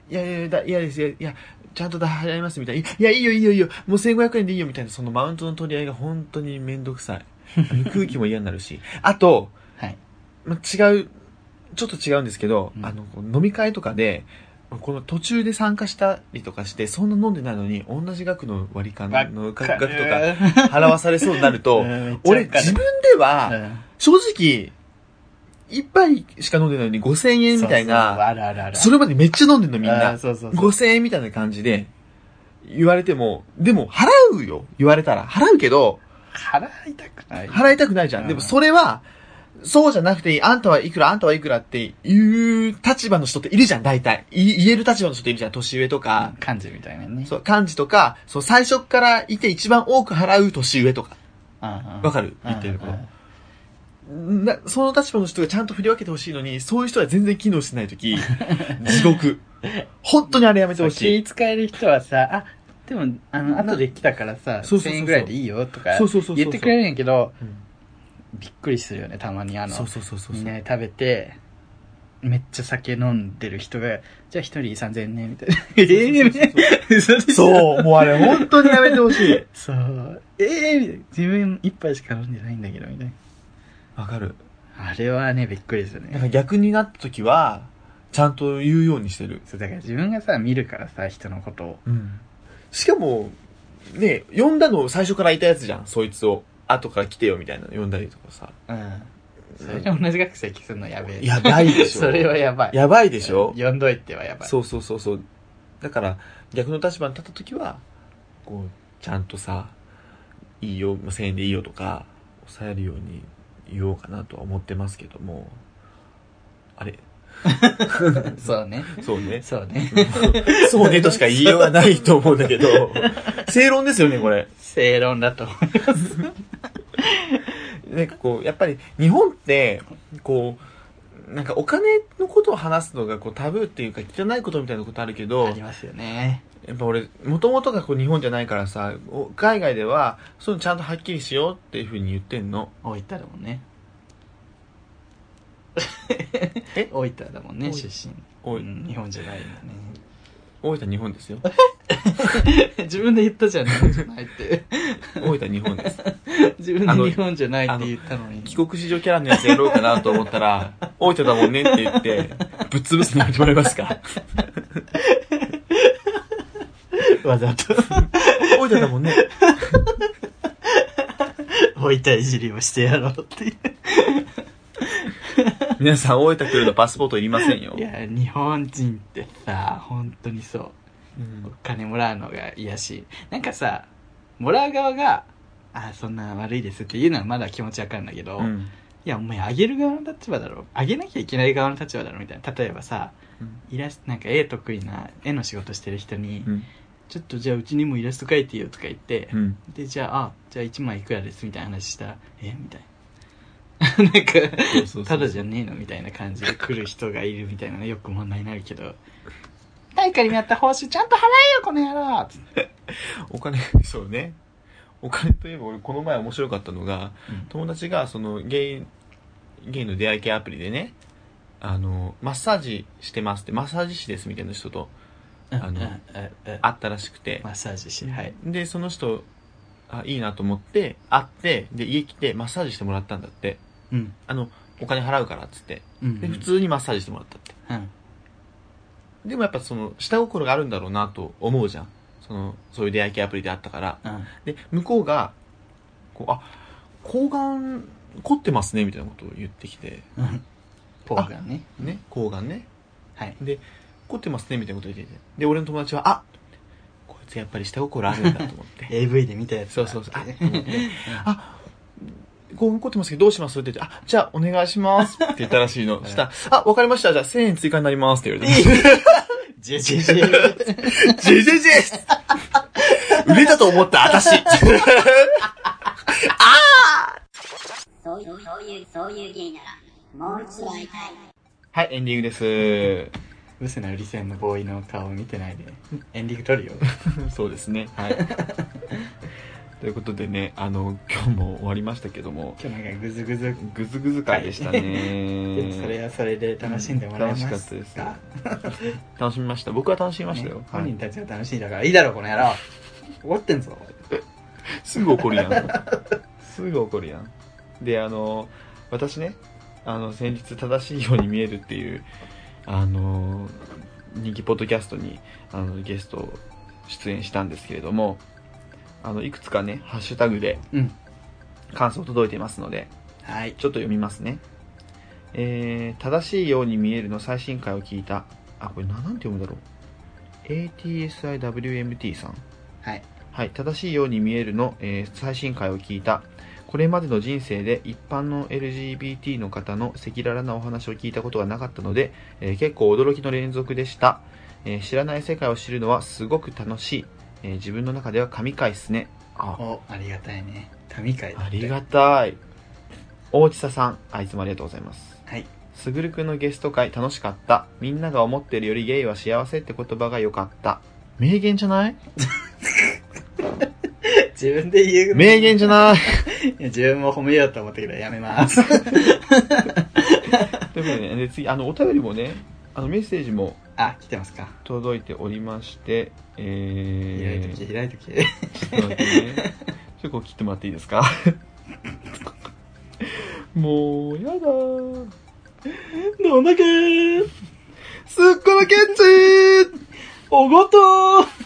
Speaker 1: ういやいやいやだ嫌ですいやいやちゃんと払いますみたいないやいいよいいよいいよもう1500円でいいよみたいなそのマウントの取り合いが本当に面倒くさいあの空気も嫌になるしあと、
Speaker 2: はい
Speaker 1: ま、違うちょっと違うんですけど、
Speaker 2: うん
Speaker 1: あのこう飲み会とかでこの途中で参加したりとかしてそんな飲んでないのに同じ額の割り勘の額とか
Speaker 2: か
Speaker 1: 払わされそうになる と俺自分では、正直、一杯しか飲んでないのに5000円みたい
Speaker 2: そうそう
Speaker 1: な、
Speaker 2: あるあるある。
Speaker 1: それまでめっちゃ飲んでんのみん
Speaker 2: あー
Speaker 1: な。
Speaker 2: そうそうそう。
Speaker 1: 5000円みたいな感じで言われても、でも払うよ言われたら。払うけど、
Speaker 2: 払いたくない。
Speaker 1: 払いたくないじゃ。
Speaker 2: うんん
Speaker 1: でもそれは、そうじゃなくていい。あんたはいくら、あんたはいくらっていう立場の人っているじゃん、大体。い言える立場の人っているじゃん、年上とか。
Speaker 2: 感じみたいなね。
Speaker 1: そう、漢字とか、そう、最初からいて一番多く払う年上とか。
Speaker 2: わ
Speaker 1: わかる言ってることな、その立場の人がちゃんと振り分けてほしいのに、そういう人は全然機能してないと き、地獄。本当にあれやめてほしい。
Speaker 2: 気使える人はさ、あ、でも、あの、後で来たからさ、
Speaker 1: そうそうそうそう
Speaker 2: 1000円ぐらいでいいよとか
Speaker 1: そうそうそうそうそう
Speaker 2: 言ってくれるんやけど、
Speaker 1: うん
Speaker 2: びっくりするよね、たまにあの
Speaker 1: そ、うそうそうそう
Speaker 2: みんなで食べて、めっちゃ酒飲んでる人が、じゃあ一人3000円ね、みた いな。ええみたいな。嘘でしょ
Speaker 1: そう、もうあれ本当にやめてほしい。
Speaker 2: そう。ええみたいな。自分一杯しか飲んでないんだけど、みたいな。
Speaker 1: わかる。
Speaker 2: あれはね、びっくりですよ
Speaker 1: なん
Speaker 2: ね。
Speaker 1: か逆になったときは、ちゃんと言うようにしてる。
Speaker 2: そう、だから自分がさ、見るからさ、人のことを。
Speaker 1: うん。しかも、ね、呼んだの最初からいたやつじゃん、そいつを。後から来てよみたいなの呼んだりとかさ。
Speaker 2: うん。それで同じ学生来するのやべえ。
Speaker 1: やばいで しょ。
Speaker 2: それはやばい。
Speaker 1: やばいでしょ
Speaker 2: 呼んどいてはやばい。
Speaker 1: そうそうそうそう。だから、逆の立場に立った時は、こう、ちゃんとさ、いいよ、まあ1000円でいいよとか、抑えるように言おうかなとは思ってますけども、あれ
Speaker 2: そうね。
Speaker 1: そうね。
Speaker 2: そうね。
Speaker 1: そうねとしか言いようがないと思うんだけ ど、正論ですよね、これ。
Speaker 2: 正論だと思う。
Speaker 1: なんかこう、やっぱり日本って、こう、なんかお金のことを話すのがこうタブーっていうか汚いことみたいなことあるけど、
Speaker 2: ありますよね。
Speaker 1: やっぱ俺、もともとがこう日本じゃないからさ、お海外では、そういうのちゃんとはっきりしようっていうふうに言ってんの。
Speaker 2: 置いただもんね。
Speaker 1: え
Speaker 2: 置いただもんね、
Speaker 1: おい
Speaker 2: 出身。
Speaker 1: お
Speaker 2: う
Speaker 1: い、
Speaker 2: ん日本じゃないんだ
Speaker 1: 大分日本ですよ。
Speaker 2: ね。 自分で言ったじゃん、日本じゃないって。
Speaker 1: 大分日本です。
Speaker 2: 自分で日本じゃないって言ったのに。
Speaker 1: 帰国子女キャラのやつやろうかなと思ったら、大分だもんねって言って、ぶっ潰すのやってもらえます か
Speaker 2: わざ と
Speaker 1: 大分だもんね。
Speaker 2: 置いたいじりをしてやろうっていう。
Speaker 1: 皆さん大分来るとパスポートいりませんよ
Speaker 2: い。や、日本人ってさ、本当にそう。
Speaker 1: うん
Speaker 2: お金もらうのが癒やしいなんかさもらう側が「あーそんな悪いです」っていうのはまだ気持ちわかるんだけど、
Speaker 1: う
Speaker 2: い
Speaker 1: ん
Speaker 2: やお前あげる側の立場だろあげなきゃいけない側の立場だろみたいな例えばさ
Speaker 1: うん
Speaker 2: イラスなんか絵得意な絵の仕事してる人に「
Speaker 1: うん
Speaker 2: ちょっとじゃあうちにもイラスト描いてよ」とか言って、
Speaker 1: うん
Speaker 2: でじゃああじゃあ1枚いくらですみたいな話 したら「えみたいななんか
Speaker 1: そうそうそう
Speaker 2: ただじゃねえのみたいな感じで来る人がいるみたいなのよく問題になるけど大会にやった報酬ちゃんと払えよこの野郎つって
Speaker 1: お金、 そうね。お金といえば俺この前面白かったのが、
Speaker 2: うん
Speaker 1: 友達がそのゲイ、ゲイの出会い系アプリでね、あの、マッサージしてますって、マッサージ師ですみたいな人とあの
Speaker 2: うんうんうん
Speaker 1: 会ったらしくて
Speaker 2: マ、ッサージしはい
Speaker 1: で、その人、あ、いいなと思って、会って、で、家来てマッサージしてもらったんだって。
Speaker 2: うん
Speaker 1: あの、お金払うからっつって。
Speaker 2: うん
Speaker 1: で、普通にマッサージしてもらったって。
Speaker 2: うん
Speaker 1: でもやっぱその、下心があるんだろうなと思うじゃん。その、そういう出会い系アプリであったから。
Speaker 2: うん
Speaker 1: で、向こうが、こう、あ、睾丸凝ってますね、みたいなことを言ってきて、
Speaker 2: うんポーがね
Speaker 1: ね、睾丸ね、
Speaker 2: はい
Speaker 1: 凝ってますね、みたいなこと言ってて。で、俺の友達は、あこいつやっぱり下心あるんだと思っ て。
Speaker 2: AV で見たやつ
Speaker 1: そ
Speaker 2: だ
Speaker 1: うそうそう。あ、
Speaker 2: って
Speaker 1: と思ってあ、睾丸凝ってますけどどうしますって言って、あ、じゃあお願いしますって言ったらしいの。
Speaker 2: い
Speaker 1: したらあ、わかりました。じゃあ1000円追加になりますって言われて。
Speaker 2: ジェジェ
Speaker 1: ジ
Speaker 2: ジェ
Speaker 1: ェジェジェ 売れたと思った、私
Speaker 3: そういう、そういう、そういう芸なら、もう一度会いたい。
Speaker 1: はい、エンディングです。
Speaker 2: ブスな売り線のボーイの顔見てないでエンディング撮るよ
Speaker 1: そうですね。 はい。ということでね、あの、今日も終わりましたけども、
Speaker 2: 今日なんかグズグズ
Speaker 1: ぐずぐず会でした
Speaker 2: でもそれ
Speaker 1: ね。
Speaker 2: はそれで楽しんでもらえました
Speaker 1: 楽しかったですよ楽しみました。僕は楽しみましたよ
Speaker 2: ね。
Speaker 1: は
Speaker 2: 本人
Speaker 1: い、
Speaker 2: たちは楽しいだからいいだろこの野郎怒ってんぞ
Speaker 1: すぐ怒るや ん。すぐ怒るやん。で、あの、私ね、あの、先日正しいように見えるっていう、あの、人気ポッドキャストに、あの、ゲスト出演したんですけれども、あの、いくつかね、ハッシュタグで
Speaker 2: うん
Speaker 1: 感想届いてますので、
Speaker 2: は
Speaker 1: ち
Speaker 2: い
Speaker 1: ょっと読みますね。えー、正しいように見えるの最新回を聞いた。あ、これな、なんて読むんだろう。ATSIWMT さん。
Speaker 2: はい
Speaker 1: ははい、正しいように見えるの、えー最新回を聞いた。これまでの人生で一般の LGBT の方の赤裸々なお話を聞いたことがなかったので、えー結構驚きの連続でした、えー知らない世界を知るのはすごく楽しい。えー自分の中では神回っすね。あ
Speaker 2: お、ありがたいね。神回だ
Speaker 1: あ
Speaker 2: って
Speaker 1: りがたい。大地佐さん、あいつもありがとうございます。
Speaker 2: はい。
Speaker 1: すぐるくんのゲスト会楽しかった。みんなが思ってるよりゲイは幸せって言葉が良かった。名言じゃない
Speaker 2: 自分で言う。
Speaker 1: 名言じゃない
Speaker 2: いや自分も褒めようと思ったけど、やめます。
Speaker 1: ということでね、で次、あの、お便りもね、あの、メッセージも
Speaker 2: あ、来てますか。
Speaker 1: 届いておりまして、
Speaker 2: 開い
Speaker 1: え
Speaker 2: と
Speaker 1: ー、
Speaker 2: き、開いとき。
Speaker 1: ちょっと待ってね。ちょっとこう切ってもらっていいですか もう、やだー。
Speaker 2: どんだけー
Speaker 1: すっこらけんち
Speaker 2: おごと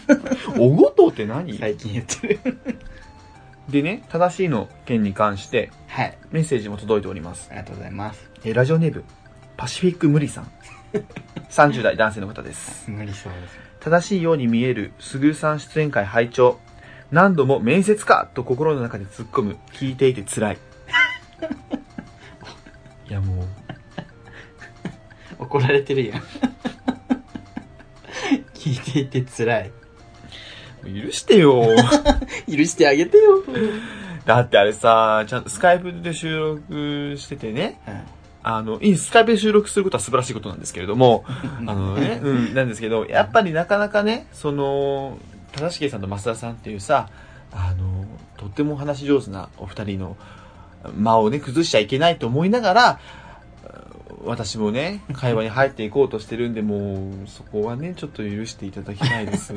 Speaker 1: ーおごとって何
Speaker 2: ー最近言ってる。
Speaker 1: でね、正しいの件に関して、
Speaker 2: はい。
Speaker 1: メッセージも届いております
Speaker 2: あ。りがとうございます。
Speaker 1: えーラジオネーム、パシフィック無理 さん。30代男性の方です。
Speaker 2: 無理そうです。
Speaker 1: 正しいように見えるすぐるさん出演会拝聴何度も面接かと心の中で突っ込む聞いていて辛いいやもう
Speaker 2: 怒られてるやん。 聞いていて辛い。
Speaker 1: 許して よ
Speaker 2: 許してあげてよ。
Speaker 1: だってあれさちゃんとスカイプで収録しててねあのいいスカイプで収録することは素晴らしいことなんですけれどもあのね、うん、なんですけどやっぱりなかなかねその正しげさんと増田さんっていうさあのとってもお話し上手なお二人の間をね崩しちゃいけないと思いながら私もね会話に入っていこうとしてるんでもうそこはねちょっと許していただきたいです、う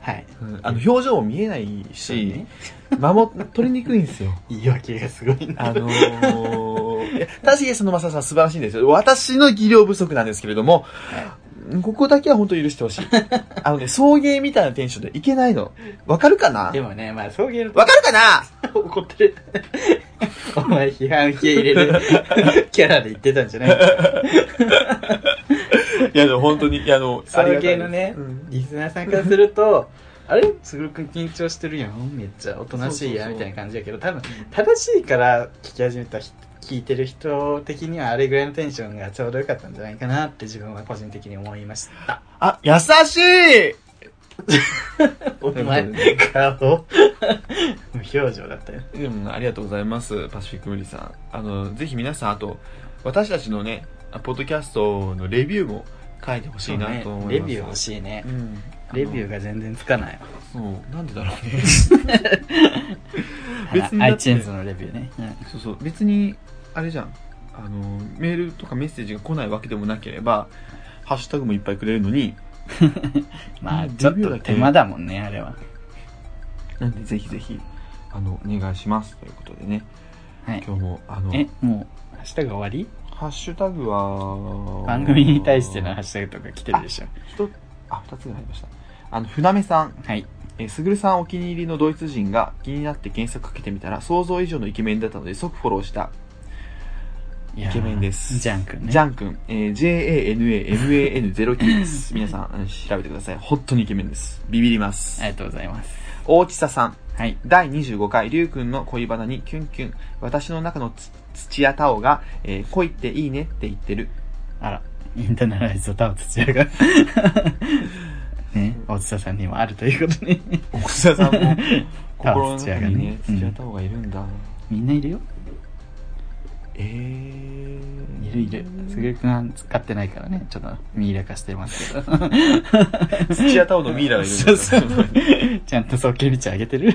Speaker 2: はい。
Speaker 1: んあの表情も見えない
Speaker 2: そう
Speaker 1: し、
Speaker 2: ね
Speaker 1: 守取りにくいんですよ
Speaker 2: 言い訳がすごいな。
Speaker 1: あのー、いや確かにそのマサさん素晴らしいんですよ。私の技量不足なんですけれども、ここだけは本当に許してほしい。あのね、送迎みたいなテンションでいけないの。わかるかな
Speaker 2: でもね、まあ、送迎の
Speaker 1: わかるかな
Speaker 2: 怒ってる。お前批判受け入れ るキャラで言ってたんじゃない
Speaker 1: いや、でも本当に、いや、あの、
Speaker 2: 送
Speaker 1: ありがたいで
Speaker 2: 迎
Speaker 1: す
Speaker 2: のね、
Speaker 1: うん
Speaker 2: リスナーさんからする と、あれすぐくん緊張してるやん。めっちゃおとなしいや
Speaker 1: そうそうそ
Speaker 2: み
Speaker 1: う
Speaker 2: たいな感じやけど、多分、正しいから聞き始めた人、聞いてる人的にはあれぐらいのテンションがちょうどよかったんじゃないかなって自分は個人的に思いました。
Speaker 1: あ、優しい
Speaker 2: お前、顔、無表情だったよ。
Speaker 1: でもありがとうございます、パシフィックムリさん。あの、ぜひ皆さん、あと、私たちのね、ポッドキャストのレビューも書いてほしいなと思います。
Speaker 2: レビュー欲しいね
Speaker 1: う。ん。
Speaker 2: レビューが全然つかないわ。
Speaker 1: そう、なんでだろうね。
Speaker 2: 別
Speaker 1: 別に
Speaker 2: に
Speaker 1: だって
Speaker 2: iTunes のレビューね。うん
Speaker 1: そうそう別にあれじゃんあのメールとかメッセージが来ないわけでもなければハッシュタグもいっぱいくれるのに
Speaker 2: まあ、
Speaker 1: レビ
Speaker 2: ちょっ
Speaker 1: ューだ
Speaker 2: と
Speaker 1: け
Speaker 2: 手間だもんね、あれは。
Speaker 1: なんでぜひぜひあのお願いしますということでね
Speaker 2: はい。
Speaker 1: 今日もあの
Speaker 2: え、もう、ハッシュタグ終わり
Speaker 1: ハッシュタグは
Speaker 2: 番組に対してのハッシュタグとか来てるでしょ。
Speaker 1: 一つあ二つが入りましたあの船目さん
Speaker 2: はい。
Speaker 1: えーすぐるさんお気に入りのドイツ人が気になって検索かけてみたら想像以上のイケメンだったので即フォローした
Speaker 2: いやー
Speaker 1: イケメンです
Speaker 2: ジャン君ね。
Speaker 1: ジ
Speaker 2: ャン。
Speaker 1: ャン君、えー、JANAMAN09 です。皆さん、あの調べてください。本当にイケメンです。ビビります
Speaker 2: あ。りがとうございます。
Speaker 1: 大地佐さん、
Speaker 2: はい。
Speaker 1: 第25回、りゅうくんの恋バナにキュンキュン。私の中のつ土屋太鳳が、えー恋っていいねって言ってる。
Speaker 2: あら、インターナライズドタオ土屋 が。ね、大津田さんにもあるということね。
Speaker 1: 大地佐さん も、心の
Speaker 2: 土屋
Speaker 1: 中
Speaker 2: が
Speaker 1: に
Speaker 2: ね
Speaker 1: ね、。
Speaker 2: う
Speaker 1: 土屋
Speaker 2: ん
Speaker 1: 太鳳がいるんだ。
Speaker 2: みんないるよ。
Speaker 1: えー。
Speaker 2: いるいる。すぐくんは使ってないからね。ちょっとミイラ化してますけど。
Speaker 1: 土屋太鳳のミイラがいるんだ。
Speaker 2: そうそう。 ちゃんと早急にちあ げてる。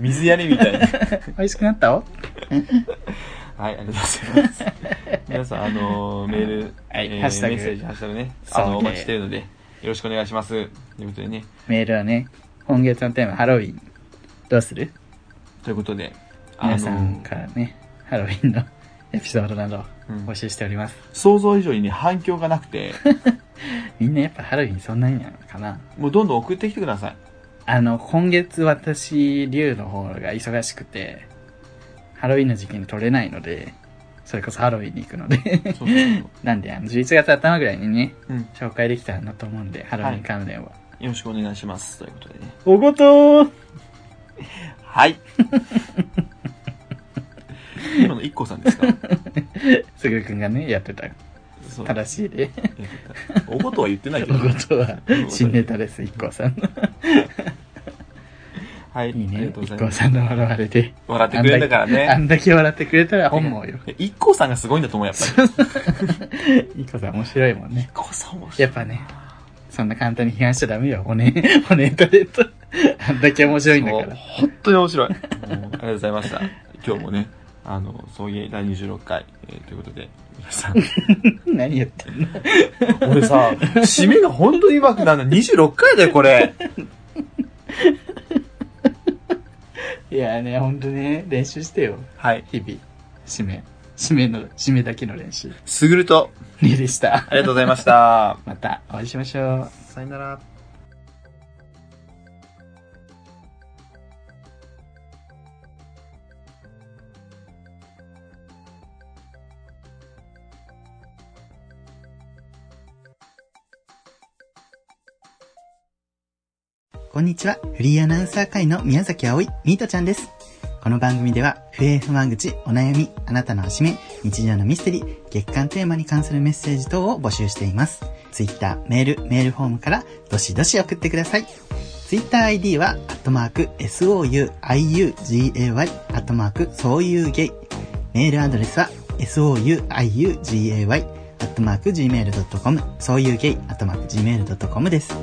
Speaker 1: 水やりみたいな。
Speaker 2: 美味しくなったお
Speaker 1: はい、ありがとうござい ます。皆さん、あのーメール、
Speaker 2: はい
Speaker 1: えー
Speaker 2: ハッシュタグ
Speaker 1: メッセージ、ハッシュタグね、
Speaker 2: そ
Speaker 1: あ
Speaker 2: うね
Speaker 1: の、お待ちしてるので、よろしくお願いします。ということでね、
Speaker 2: メールはね、今月のテーマハロウィン。どうする
Speaker 1: ということで、あの
Speaker 2: 皆
Speaker 1: ー
Speaker 2: さんからね、ハロウィンのエピソードなどを
Speaker 1: うん
Speaker 2: 募集しております。
Speaker 1: 想像以上にね、反響がなく て、
Speaker 2: みんなやっぱハロウィンそんなになのかな
Speaker 1: もうどんどん送ってきてくださ い。
Speaker 2: あの、今月私、竜の方が忙しくて、ハロウィンの時期に撮れないので、それこそハロウィンに行くので、
Speaker 1: そうそうそう
Speaker 2: なんで、あの、11月頭ぐらいにね、
Speaker 1: うん
Speaker 2: 紹介できたらなと思うんで、ハロウィン関連は
Speaker 1: よろしくお願いします。ということでね。
Speaker 2: おごと
Speaker 1: はい。今の一個さんですか
Speaker 2: すぐくんがね、やってた。
Speaker 1: そう
Speaker 2: 正し いで。
Speaker 1: おことは言ってないけ
Speaker 2: お
Speaker 1: ど。
Speaker 2: ごとは、新ネタです、一行さんの。
Speaker 1: はい。
Speaker 2: いい
Speaker 1: あり
Speaker 2: ね
Speaker 1: が、とうご
Speaker 2: 一
Speaker 1: ざい
Speaker 2: 行
Speaker 1: ます。
Speaker 2: さんの笑われて。
Speaker 1: 笑ってくれたから
Speaker 2: あ
Speaker 1: ね。
Speaker 2: んだけ笑ってくれたら本望よ。
Speaker 1: 一個さんがすごいんだと思う、やっぱり。
Speaker 2: 一行さん面白いもんね。
Speaker 1: 一個さんも
Speaker 2: やっぱね、そんな簡単に批判しちゃダメよ。 おね、おねタレと。あんだけ面白いんだから。
Speaker 1: 本当に面白い。もうありがとうございました。今日もね、あの、送迎第26回、えーということで、皆さん。
Speaker 2: 何言ってんの
Speaker 1: 俺さ、締めが本当にうまくなるの。26回だよ、これ。
Speaker 2: いやね、ほんとね、練習してよ。
Speaker 1: はい。
Speaker 2: 日々。締め。締めの、締めだけの練習。
Speaker 1: すぐると、
Speaker 2: ねでした
Speaker 1: あ。りがとうございました。
Speaker 2: またお会いしましょう。
Speaker 1: さよなら。
Speaker 2: こんにちは。フリーアナウンサー会の宮崎葵、ミートちゃんです。この番組では、不平不満口、お悩み、あなたのおしめ、日常のミステリー、月間テーマに関するメッセージ等を募集しています。ツイッター、メール、メールフォームから、どしどし送ってください。ツイッター ID は、アットマーク、souiugay、アットマーク、そういうゲイ。メールアドレスは、souiugay、アットマーク、gmail.com、そういうゲイ、アットマーク、gmail.com です。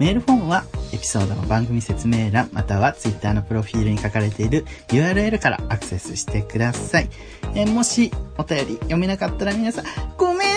Speaker 2: メールフォームはエピソードの番組説明欄または Twitter のプロフィールに書かれている URL からアクセスしてください。えーもしお便り読めなかったら皆さんごめん